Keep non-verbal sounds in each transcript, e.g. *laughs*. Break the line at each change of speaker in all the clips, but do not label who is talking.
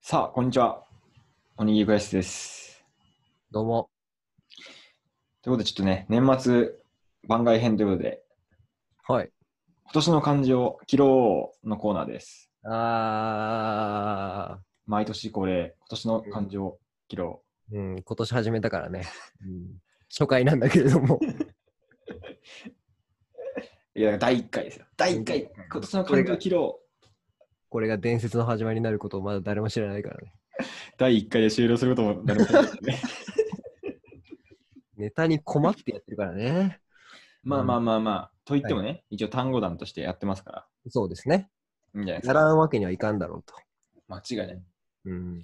さあ、こんにちは。おにぎりクラスです。
どうも。
ということで、ちょっとね、年末番外編ということで、
はい。
今年の漢字を切ろうのコーナーです。
あ
毎年これ、今年の漢字を切ろ
ー、うん、今年始めたからね。うん、初回なんだけれども。 *laughs*
う。いや、第1回ですよ。第1回、今年の漢字を切ろ
これが伝説の始まりになることをまだ誰も知らないからね。
う。第1回で終了することもなるほどですね。
ネタに困ってやってるからね。
*laughs* まあまあまあまあ、といってもね、一応単語団としてやってますから、
そうですね。
いいんじゃないです
や
か。
らんわけにはいかんだろうと。
間違いない。
うん。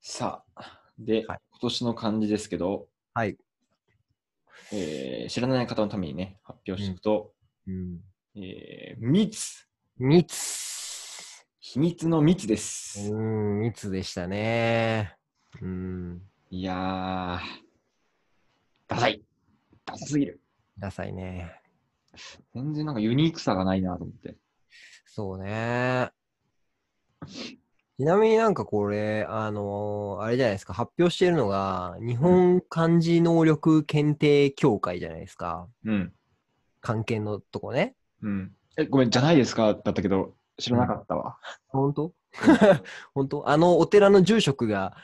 さあ、で、
はい
今年の漢字ですけど、
はい。
えー知らない方のためにね、発表していくと、
うん。
えー密
密。
秘密の密で
う
す。
ん、密でしたね。うん。
いやー、ダサい。ダサすぎる。
ダサいね。
全然なんかユニークさがないなと思って。
そうね。ちなみになんかこれ、あのーあれじゃないですか、発表してるのが、日本漢字能力検定協会じゃないですか。
うん。
関係のとこね。
うん。え、ごめん、じゃないですかだったけど、知らなかったわ。
本当 *laughs* 本当あのお寺の住職が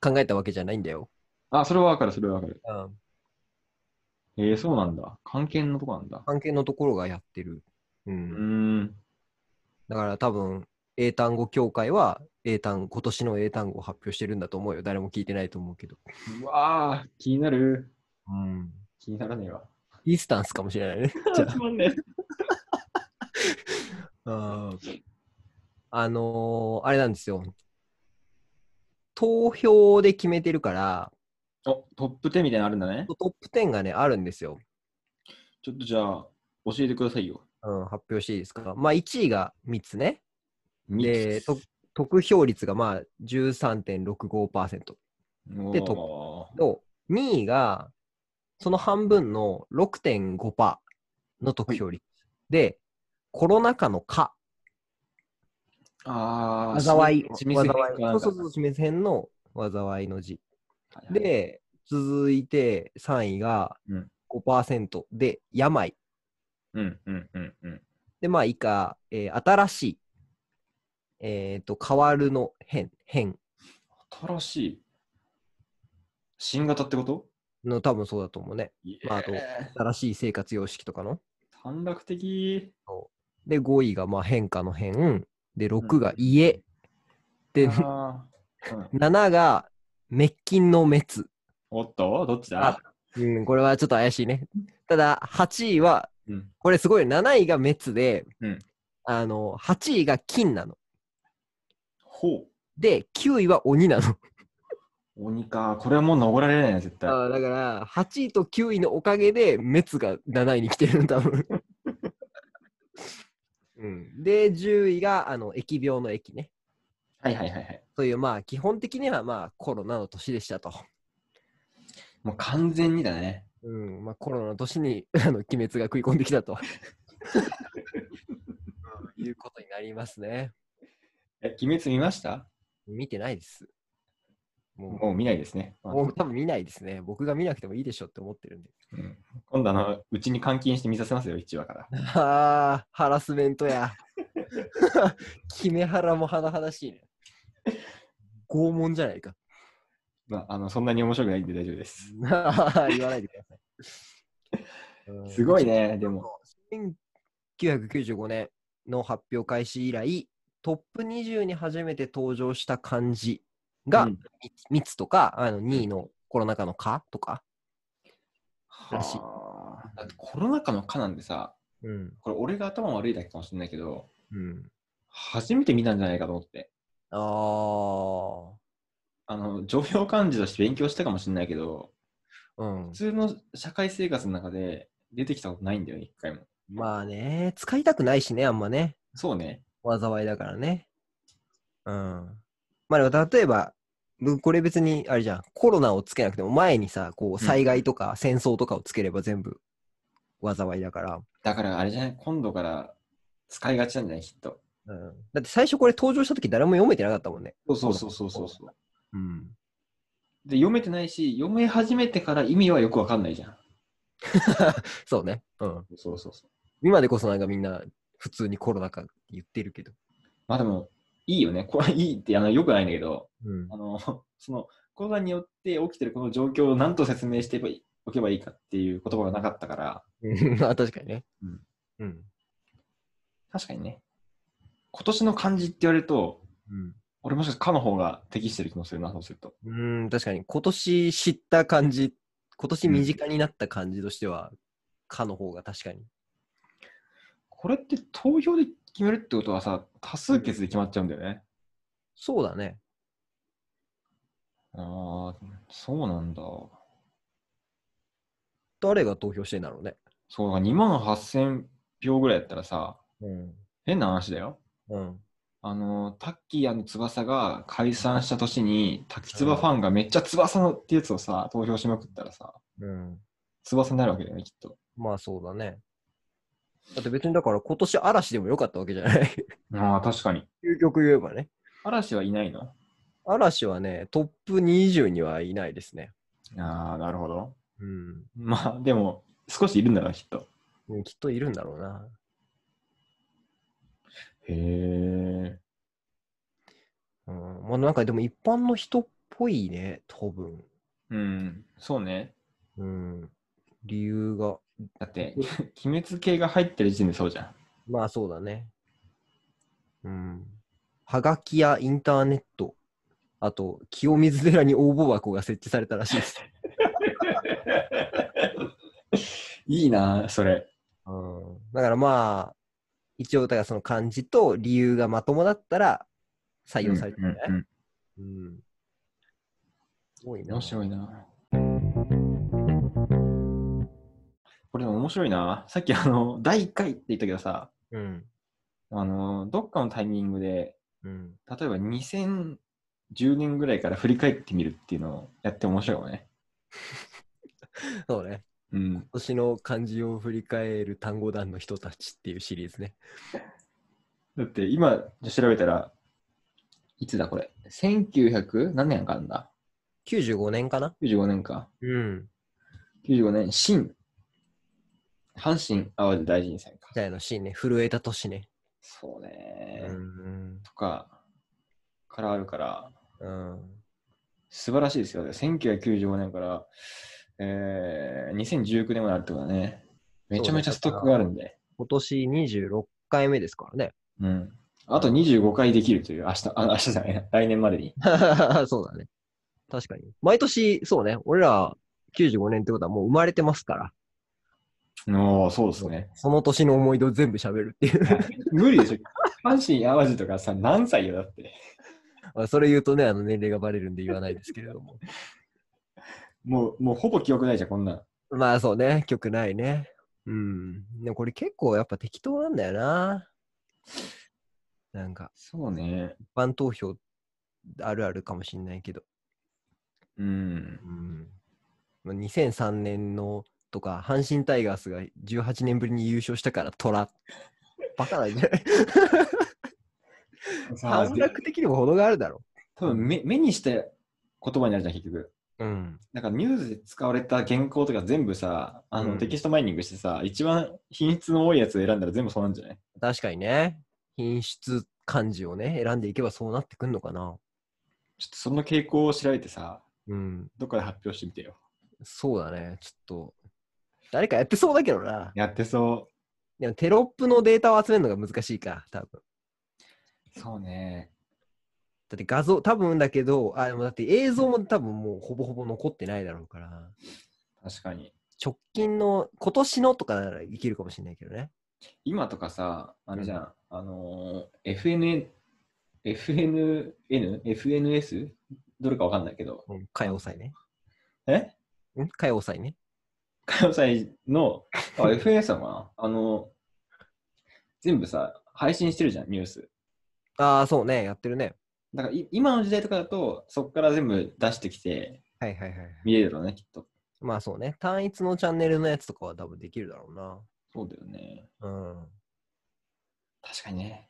考えたわけじゃないんだよ。
あ、それはわかる、それはわかる。
うん、
えー、そうなんだ。関係のとこなんだ。
関係のところがやってる。う
うんーん。
だから多分、英単語協会は英単語、今年の英単語を発表してるんだと思うよ。誰も聞いてないと思うけど。
うわー、気になる。
うん。
気にならねえ
*laughs*
わ。
イースタンスかもしれないね。じゃあ
つまんねえ。
あのーあれなんですよ。投票で決めてるから、
お、トップ10みたいなのあるんだね。
トップ10がね、あるんですよ。
ちょっとじゃあ、教えてくださいよ。
うん、発表していいですか。まあ、1位が3つね。
密
で、と得票率がまあ13.65%。でトップ
おー
と、2位が、その半分の6.5%の得票率。で、コロナ禍のか、
あー、
災い、
清水
災い
変化なんか
そうそうそう、清水編の災いの字。
はいはい
で、続いて3位が
うん
5%で、病。
うんうんうんうん。
で、まあ以下、えー新しい。えっ、と、変わるの変、変
新しい新型ってこと
の多分そうだと思うね。まああと
え
新しい生活様式とかの。
ー短絡的。
で、5位がまあ変化の変。で、6が家。で、
あーうん
7が滅菌の滅。
おっとどっちだ
うん、これはちょっと怪しいね。ただ、8位は、
うん
これすごい、7位が滅で、
うん
あの、8位が金なの。
ほ
で、9位は鬼なの。
う。鬼か。これはもう登られないね、絶対。
あーだから、8位と9位のおかげで、メツが7位に来てるの、多分。 *laughs* うん、で、10位が、あの、疫病の疫ね。
はいはいはいはい。
という、まあ、基本的には、まあ、コロナの年でしたと。
もう完全にだね。
うん、まあ、コロナの年に、あの、鬼滅が食い込んでき *laughs* たと。うんいうことになりますね。
え、鬼滅見ました
見てないです。も
もう見ないですね。
う、
まあ
もう多分見ないですね。僕が見なくてもいいでしょって思ってるんで。
うん今度あの、うちに監禁して見させますよ、1話から。 *laughs*
ああ、ハラスメントや。キメハラも甚だしいね。拷問じゃないか。 *laughs*
まあ、あのそんなに面白くないんで大丈夫です。
言わないでくださいうん。
すごいね、でも。
1995年の発表開始以来、トップ20に初めて登場した漢字が、
うん
密とか、あの2位のコロナ禍のかとか。らしい
はあだってコロナ禍の禍なんでさ、
うん。
これ俺が頭悪いだけかもしれないけど、
うん、
初めて見たんじゃないかと思って。
ああ。
あの、常用漢字として勉強したかもしれないけど、
うん
普。通の社会生活の中で出てきたことないんだよね、一回も。
まあね、使いたくないしね、あんまね。
そうね。
災いだからね。うん。まあでも例えば、ぶこれ別にあれじゃん、コロナをつけなくても前にさ、こう災害とか戦争とかをつければ全部災いだから。
だからあれじゃない、今度から使いがちなんじゃない、きっと。
うん、だって最初これ登場した時誰も読めてなかったもんね。
そうそうそうそうそうそう。
うん。
で、読めてないし、読め始めてから意味はよくわかんないじゃん。
そうね。うん。
そうそうそう。
今でこそなんかみんな普通にコロナ禍って言ってるけど。
まあでも、いいよね。これいいって、あの、よくないんだけど、
うん
あ。の、 *laughs* その、コロナによって起きてるこの状況を何と説明しておけばいいかっていう言葉がなかったから、
*laughs* まあ確かにね。
うん。
うん。
確かにね、今年の漢字って言われると、
うん
俺もしかして、かの方が適してる気もするな、そうすると。
うん、確かに今年知った感じ、今年身近になった感じとしては、かの方が確かに。
これって投票で決めるってことはさ、多数決で決まっちゃうんだよね。
そうだね。
ああ、そうなんだ。
誰が投票してんだろうね。
そう、2万8000票ぐらいやったらさ、
うん。
変な話だよ。
うん。
あの、タッキーの翼が解散した年に、滝翼ファンがめっちゃ翼のってやつをさ、投票しまくったらさ、
うん。
翼になるわけだよね、きっと。
まあそうだね。だって別にだから今年嵐でもよかったわけじゃない。 *laughs*
ああ、確かに。
究極言えばね。
嵐はいないの
嵐はね、トップ20にはいないですね。
ああ、なるほど。
うん。
まあ、でも、少しいるんだな、きっと。
うんきっといるんだろうな。
へえ。
うん。まあなんかでも一般の人っぽいね、多分。
うん、そうね。
うん。理由が。
だって、 *laughs* 鬼滅系が入ってる時点でそうじゃん。
まあそうだね。うん。はがきやインターネット、あと、清水寺に応募箱が設置されたらしいです。
いいな、それ。
うん。だからまあ、一応、だからその漢字と理由がまともだったら採用されてるんじゃ
うん
ない
うん
うん。すごい
うん
な。
面白いな。これ面白いな。さっきあの、第1回って言ったけどさ、
うん。
あの、どっかのタイミングで、
うん。
例えば2010年ぐらいから振り返ってみるっていうのをやって面白いよね。
そうね。
うん。
今年の漢字を振り返る単語団の人たちっていうシリーズね。
だって今調べたら、いつだこれ。1900? 何年かあるんだ
95年かな
?95 年か。
うん。
95年、新。阪神・淡路大震災か
時。代のシーンね。震えた年ね。
そう
う
ね、
ん。
とか、からあるから、
うん。
素晴らしいですよね。1995年から、えー、2019年まであるってことだね。めちゃめちゃストックがあるんで。
今年26回目ですからね。 *laughs*
うん。あと25回できるという、明日、あ、明日じゃないな、来年までに。
そうだね。確かに。毎年、そうね。俺ら95年ってことはもう生まれてますから。
おー、そうですね。
その年の思い出を全部喋るっていう。 *laughs*
無理でしょ。阪神・淡路とかさ、何歳よ、だって。
まあそれ言うとね、あの年齢がバレるんで言わないですけれども。 *laughs*
もう、もうほぼ記憶ないじゃん、こんなん。
まあそうね、曲ないね。うん。でもこれ結構やっぱ適当なんだよな。なんか、
そうね。
一般投票あるあるかもしんないけど。
うん。
うん。まあ2003年のとか、阪神タイガースが18年ぶりに優勝したから虎。バカなんじゃない
さあ
短、絡的にも程があるだろ。
多分目目にして言葉になるじゃん、結局。
うん。
なんかニュースで使われた原稿とか全部さ、あ
う
の
ん
テキストマイニングしてさ、一番品質の多いやつを選んだら全部そうなんじゃない
確かにね。品質漢字をね、選んでいけばそうなってくんのかな。
ちょっとその傾向を調べてさ、
うん。
どっかで発表してみてよ。
そうだね。ちょっと。誰かやってそうだけどな。
やってそ
でもテロップのデータを集めるのが難しいか、多分。
う。そうね。
だって画像、多分だけど、あ、でもだって映像も多分もうほぼほぼ残ってないだろうから、
確かに。
直近の、今年のとかならいけるかもしれないけどね。
今とかさ、あれじゃん、あのー FNN、FNN、FNS? どれかわかんないけど、
うん、歌謡祭ね。
え
ん歌謡祭ね。
関西の、あ、FNS だもんな。 *laughs* あのー全部さ、配信してるじゃん、ニュース。
ああ、そうね、やってるね。
だからい今の時代とかだと、そこから全部出してきて、
はいはいはい。
見れるのね、きっと。
まあそうね、単一のチャンネルのやつとかは多分できるだろう
そうだよね。
な。うん。
確かにね。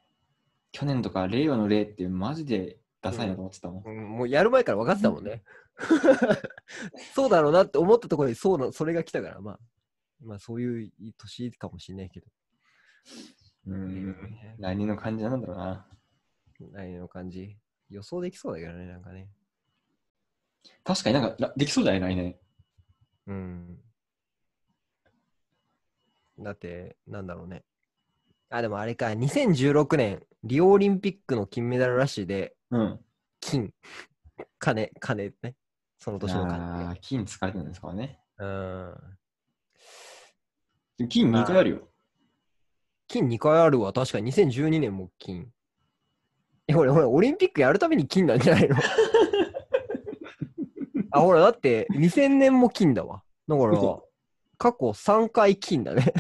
去年とか令和の令ってマジでダサいなと思ってたもん。
うんもうやる前から分かってたも
*laughs*
んね。そうだろうなって思ったところにそうなそれが来たから、まあ、まあそういう年かもしれないけど。
うん、
ね
来年の感じなんだろうな。
来年の感じ。予想できそうだけどね、なんかね。
確かになんからできそうだね、来年。
うん。だって、なんだろうね。あ、でもあれか、2016年、リオオリンピックの金メダルラッシュで、
うん。
金、金、金ね。その年の金
あ
ね。
ー金疲れてるんですからね。
うん。
でも金2回あるよ。
金2回あるわ、確かに2012年も金。え、ほら、ほら、オリンピックやるために金なんじゃ
*laughs*
ないのあ、ほら、だって2000年も金だわ。だから
嘘、
過去3回金だね。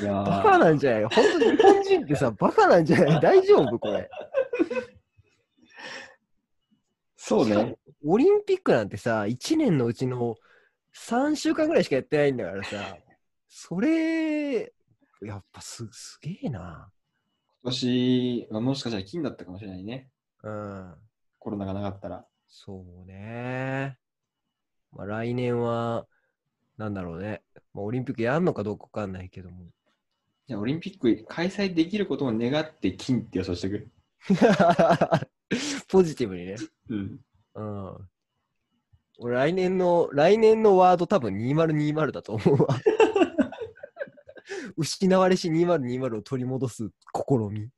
いやー
バカなんじゃない本当に日本
*laughs*
人ってさ、バカなんじゃない大丈夫これ。
そう
しかも
ね。
オリンピックなんてさ、1年のうちの3週間ぐらいしかやってないんだからさ、それ、やっぱすすげえな。
今年、まあ、もしかしたら金だったかもしれないね。
うん。
コロナがなかったら。
そうね。まあ、来年は、なんだろうね。まあ、オリンピックやんのかどうかわかんないけども。
じゃあ、オリンピック開催できることを願って金って予想してく。
ポジティブにね。
うん。
うん。俺、来年の、来年のワード多分2020だと思うわ。失われし2020を取り戻す試み。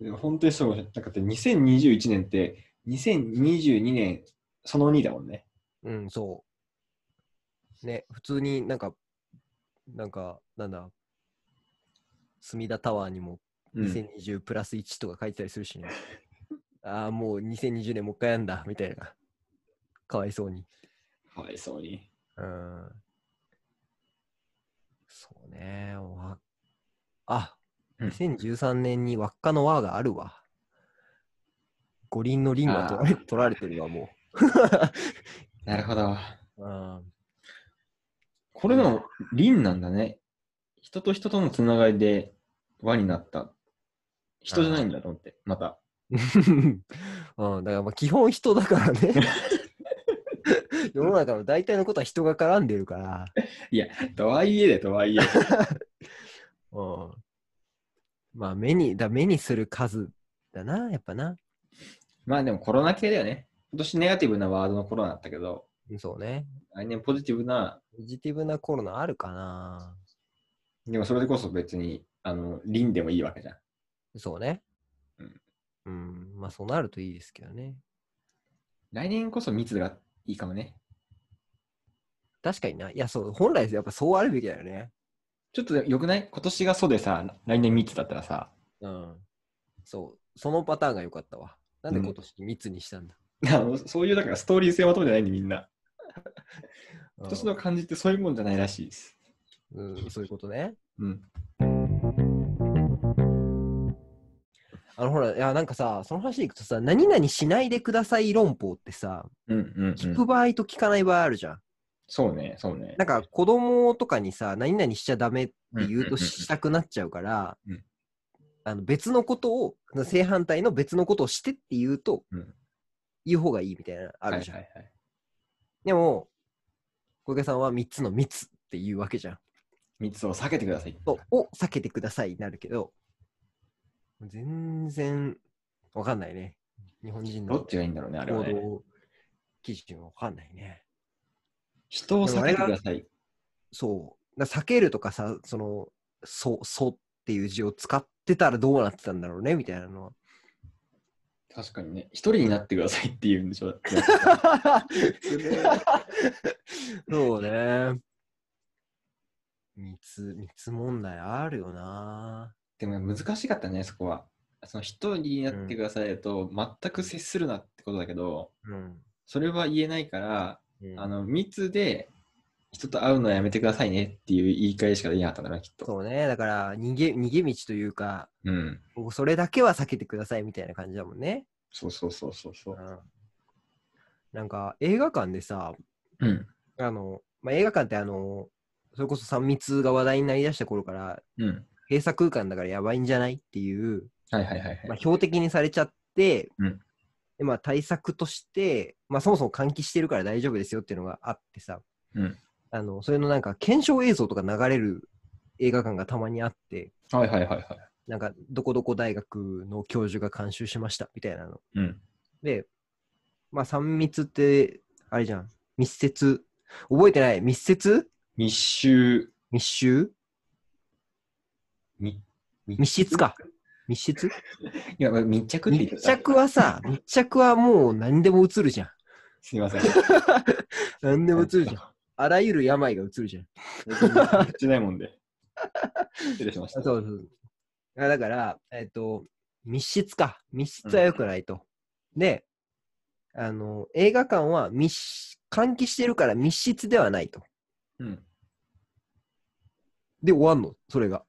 でも本当にそうかもしれない。だって2021年って、2022年その2だもんね。
うん、そう。ね、普通になんか、なんか、なんだ、隅田タワーにも
うん
2020プラス1とか書いてたりするしね。ああ、もう2020年もう一回やんだ、みたいな。かわいそうに。
かわいそうに。
うん。そうね。わあ、
うん
2013年に輪っかの輪があるわ。五輪の輪が取られ取られてるわ、も
なるほど。
う。うん。 *laughs*
これでも、輪なんだね。人と人とのつながりで輪になった。人じゃないんだと思って、また。
うん、だからまあ基本人だか
*laughs*
らね。世の中の大体のことは人が絡んでるから。
いや、とはいえで、とはいえ。 *laughs*
うん。まあ目に、だ目にする数だな、やっぱな。
まあでもコロナ系だよね。今年ネガティブなワードのコロナだったけど、
うんそうね。
来年ポジティブな、
ポジティブなコロナあるかな。
でもそれでこそ別に、あの、輪でもいいわけじゃん。
そうね。
うん。
うん。まあ、そうなるといいですけどね。
来年こそ密がいいかもね。
確かにな。いや、そう、本来、やっぱそうあるべきだよね。
ちょっとよくない今年がそうでさ、来年密だったらさ、
うん。そう、そのパターンが良かったわ。なんで
うん
今年密にしたんだ。
あのそういうだからストーリー性は求めてないんでみんな。
うん
今年の感じってそういうもんじゃないらしいです。
うん、そういうことね。
うん。
あの、ほら、いや、なんかさ、その話でいくとさ、何々しないでください論法ってさ、
うんうん、う
聞く
ん。
場合と聞かない場合あるじゃん。
そうね、そうね。
なんか、子供とかにさ、何々しちゃダメって言う
うんうんうんう
と
ん
したくなっちゃうから
うん、
あの別のことを、正反対の別のことをしてって言うと
うん、
言う方がいいみたいな、あ
はいは
る
い
じゃん
は。い。
でも、小池さんは3つの密って言うわけじゃん。
密を避けてください。
と、を避けてくださいになるけど、全然わかんないね。日本人
どっ
の
ちがいいんだろうね、あれ
行
はね。
動基準わかんないね。
人を避けてください。
そう。だ避けるとかさ、その、そ、そっていう字を使ってたらどうなってたんだろうね、みたいなのは。
確かにね。一人になってくださいって言うんでし
*laughs*
ょ。
*laughs* そうね。密、密問題あるよな
でも難しかったね、そこは。その一人になってくださいだと、全く接するなってことだけど、
うん。
それは言えないから、
うん
あの密で人と会うのはやめてくださいねっていう言い返しかできなかったんだな、きっと。
そうね、だから逃げ逃げ道というか、
うん。
もうそれだけは避けてくださいみたいな感じだもんね。
そうそうそうそうそうう。
ん、なんか映画館でさ、
うん。
あのまあ、映画館ってあのそれこそ3密が話題になりだした頃から、
うん。
閉鎖空間だからやばいんじゃないっていう、
はいはいはい
ま
は
あ、
い。
標的にされちゃって、
うん
でまあ、対策として、まあ、そもそも換気してるから大丈夫ですよっていうのがあってさ、
うん
あのそれのなんか検証映像とか流れる映画館がたまにあって
はいはいはいはい。
なんかどこどこ大学の教授が監修しましたみたいなの
うん。
で、まあ、3密ってあれじゃん密接覚えてない密接
密集、
密集
密、
密室か。密室
いや、まあ密着って言って
密
た
着はさ、密着はもう何でも映るじゃん。
すみません。
何でも映るじゃん。
ゃ
あらゆる病が映るじゃん。
*laughs* ん。しないもんで。失礼しました。
そうそう。あだから、えっ、と、密室か。密室は良くないと。で、あの、映画館は密室、換気してるから密室ではないと。
うん。
で、終わんの、それが。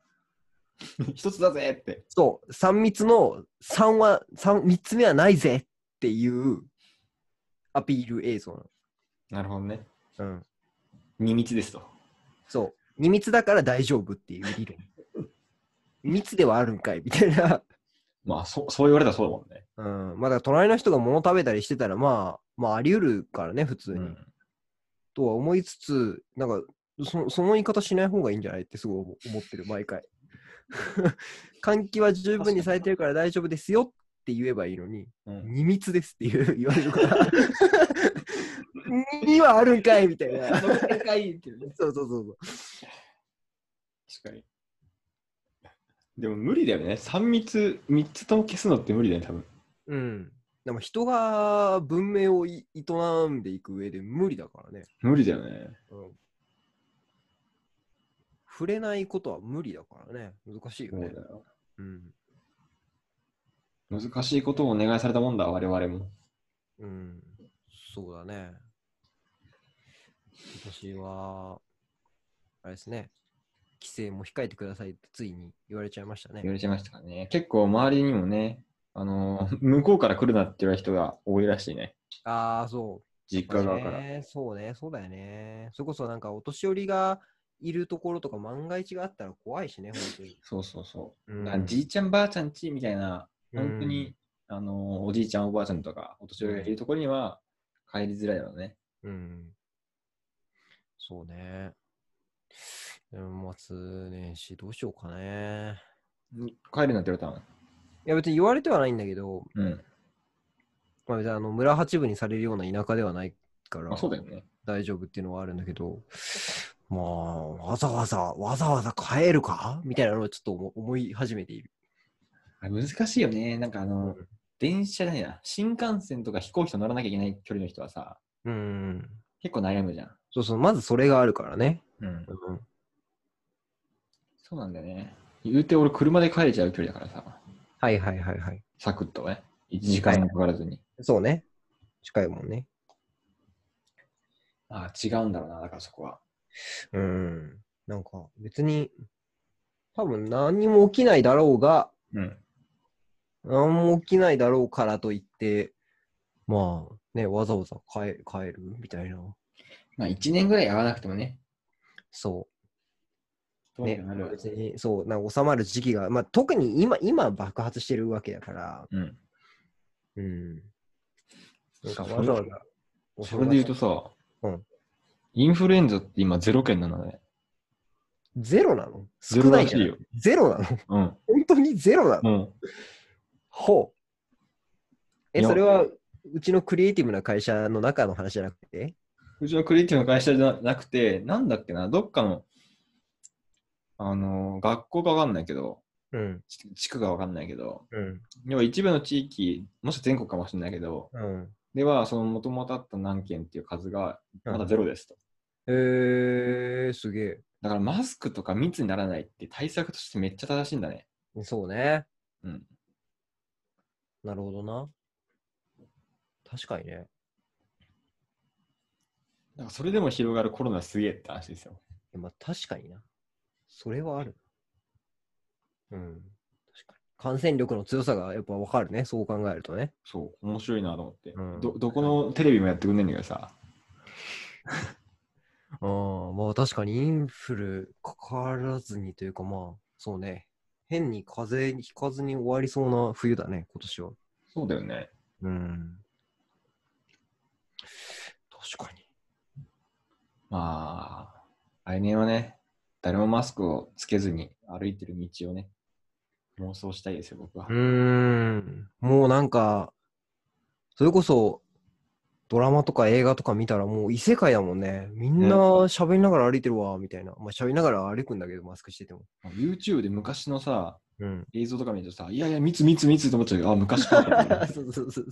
一つだぜって。
そう、3密の3は、三3つ目はないぜっていうアピール映像な
なるほどね。
の。うん。
二密ですと。
そう。二密だから大丈夫っていう理論。密ではあるんかいみたいな。
まあ、そそう言われたらそうだもんね。
うん。まあだから隣の人が物食べたりしてたら、まあ、まああり得るからね、普通に。
うん
とは思いつつ、なんかそ、その言い方しない方がいいんじゃないってすごい思思ってる、毎回。 *laughs* 換気は十分にされてるから大丈夫ですよって言えばいいのに、
うん。
二密ですって言う言われ
*laughs*
るから。 *laughs* にはあるんかいみたい
*laughs*
な。
そこ展開っていうね。
そうそうそうそう。
確かに。でも無理だよね。3密、3つとも消すのって無理だよね、多分。
うん。でも人が文明をい営んでいく上で無理だからね。
無理だよね。
うん、触れないことは無理だからね。難しいよ
そうだ
ね。
よ。
うん。
難しいことをお願いされたもんだ、我々も。
うん。そうだね。今年は、あれですね。規制も控えてくださいってついに言われちゃいました
言わ
ね。
れちゃいましたからね。結構周りにもね、あのー向こうから来るなって言われる人が多いらしいね。
ああ、そう。
実家側から。
ねそうね、そうだよね。それこそなんかお年寄りがいるところとか万が一があったら怖いしね、本当に。
そうそうそうう。
ん
だからじいちゃんばあちゃんちみたいな、本当に、あのーおじいちゃんおばあちゃんとか、お年寄りがいるところには帰りづらいだろうね。
うん。うん。そうね。年末年始どうしようかね。
帰るなって言われたもん。
いや別に言われてはないんだけど、
うん。
まあ、別にあの村八分にされるような田舎ではないから
まあそうだよね。
大丈夫っていうのはあるんだけど、まあ、わざわざ、わざわざ帰るかみたいなのをちょっと思思い始めている。
あ難しいよね。なんかあのー、電車じゃないな。新幹線とか飛行機と乗らなきゃいけない距離の人はさ、
うん。
結構悩むじゃん。
そうそう、まずそれがあるからね。
うん。
うん
そうなんだよね。言うて俺車で帰れちゃう距離だからさ、
はいはいはいはい。
サクッとね。1時間もかからずに。
そうね。近いもんね。
ああ、違うんだろうな、だからそこは。
うん。なんか別に、多分何にも起きないだろうが、
うん。
何も起きないだろうからといって、まあね、わざわざ帰帰るみたいな。
まあ1年ぐらい会わなくてもね、
そ
ど
う。
うに
ね
かなるわ、
別に、そう、なんか収まる時期が、まあ特に今、今爆発してるわけだから、
うん。
うん。なんか
それ
わざわざお
そ
正月、
れで言うとさ、
うん
インフルエンザって今ゼロ件なのね。
ゼロなの
ゼ
少
ロ
な
ら
いじ
し
ゃ
い
ん
よ。
ゼロなの
うん。
本当にゼロなの
うん。
ほう。え、
いや
それは、うちのクリエイティブな会社の中の話じゃなくて
うちのクリエイティブの会社じゃなくて、なんだっけな、どっかの、あのー学校かわかんないけど、
うん。
ち地区かわかんないけど、
うん。
要は一部の地域、もし全国かもしれないけど、
うん。
では、その元々あった何件っていう数がまだゼロですと。
えー、すげ
だからマスクとか密にならないって対策としてめっちゃ正しいんだね。
え。そうね。
うん。
なるほどな。確かにね。
だからそれでも広がるコロナすげえって話ですよ。
いやまあ、確かにな。それはある。うん。確かに。感染力の強さがやっぱわかるね。そう考えるとね。
そう、面白いなと思って。
うん
どどこのテレビもやってくんねえんだけどさ。
ああ、まあ確かにインフルかからずにというかまあ、そうね。変に風邪ひかずに終わりそうな冬だね、今年は。
そうだよね。
うん。確かに。
まあ、来年はね、誰もマスクをつけずに歩いてる道をね、妄想したいですよ、僕は
う。ーん。もうなんか、それこそ、ドラマとか映画とか見たらもう異世界だもんね。みんな
ね
喋りながら歩いてるわ、みたいな。まあ喋りながら歩くんだけど、マスクしてても。
YouTube で昔のさ、
うん。 *laughs*
映像とか見るとさ、いやいや、密密密と思っちゃうよ。あ、昔か *laughs*
そうそうそうそう。そう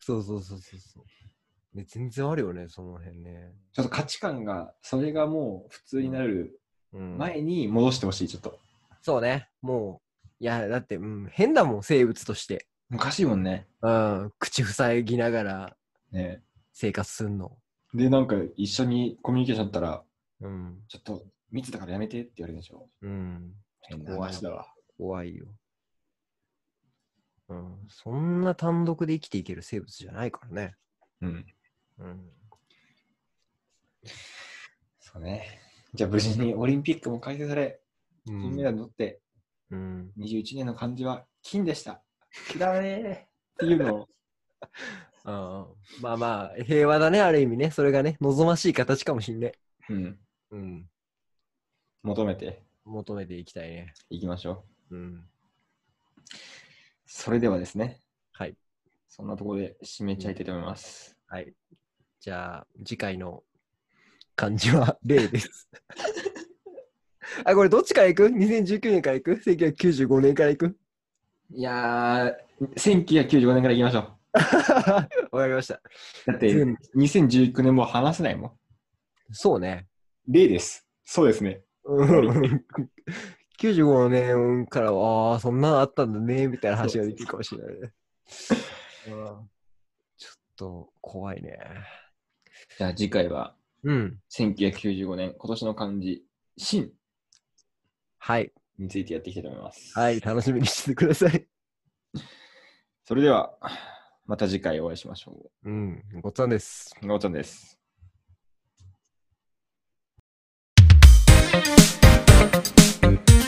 そうそうそうそう。ね、全然あるよね、その辺ね。
ちょっと価値観が、それがもう普通になる
うん、
前に戻してほしい、ちょっと。
そうね。もう、いや、だって、うん、変だもん、生物として。
おかしいもんね。
うん、口塞ぎながら
ね
生活すんの。
で、なんか一緒にコミュニケーション取ったら、
うん、
ちょっと密だからやめてって言われるでしょ。
うん、
変な話だわ。
怖いよ。うん、そんな単独で生きていける生物じゃないからね。
うん。
うん。
そうね。じゃあ無事にオリンピックも開催され、
う
金メダ
ん。
ル取って、
うん、
21年の漢字は金でした。くだらねえっていうのを、
あーまあまあ、平和だね、ある意味ね。それがね、望ましい形かもしんね。
*laughs* うん、
うん。
求めて
求めていきたいね。
いきましょう。
うん。
それではですね、
はい。
そんなところで締めちゃいたいと思います。
はい。じゃあ、次回の漢字は0です。 *laughs* あ、これどっちから行く ?2019 年から行く ?1995 年から行く *laughs*
いやー、1995年からいきましょう。
わかりました。
だって
全、
2019年もう話せないも
そうね。
ん。例です。そうですね。
95年からは、ああ、そんなのあったんだね、みたいな話ができるかもしれないね。うんちょっと怖いね。
じゃあ次回は、
うん。
1995年、今年の漢字、新
はい。
についてやっていきたいと思います。
はい。。楽しみにしててください。
それでは、また次回お会いしましょ
うん。ごっつぁんです。
う。なおちゃんです。
「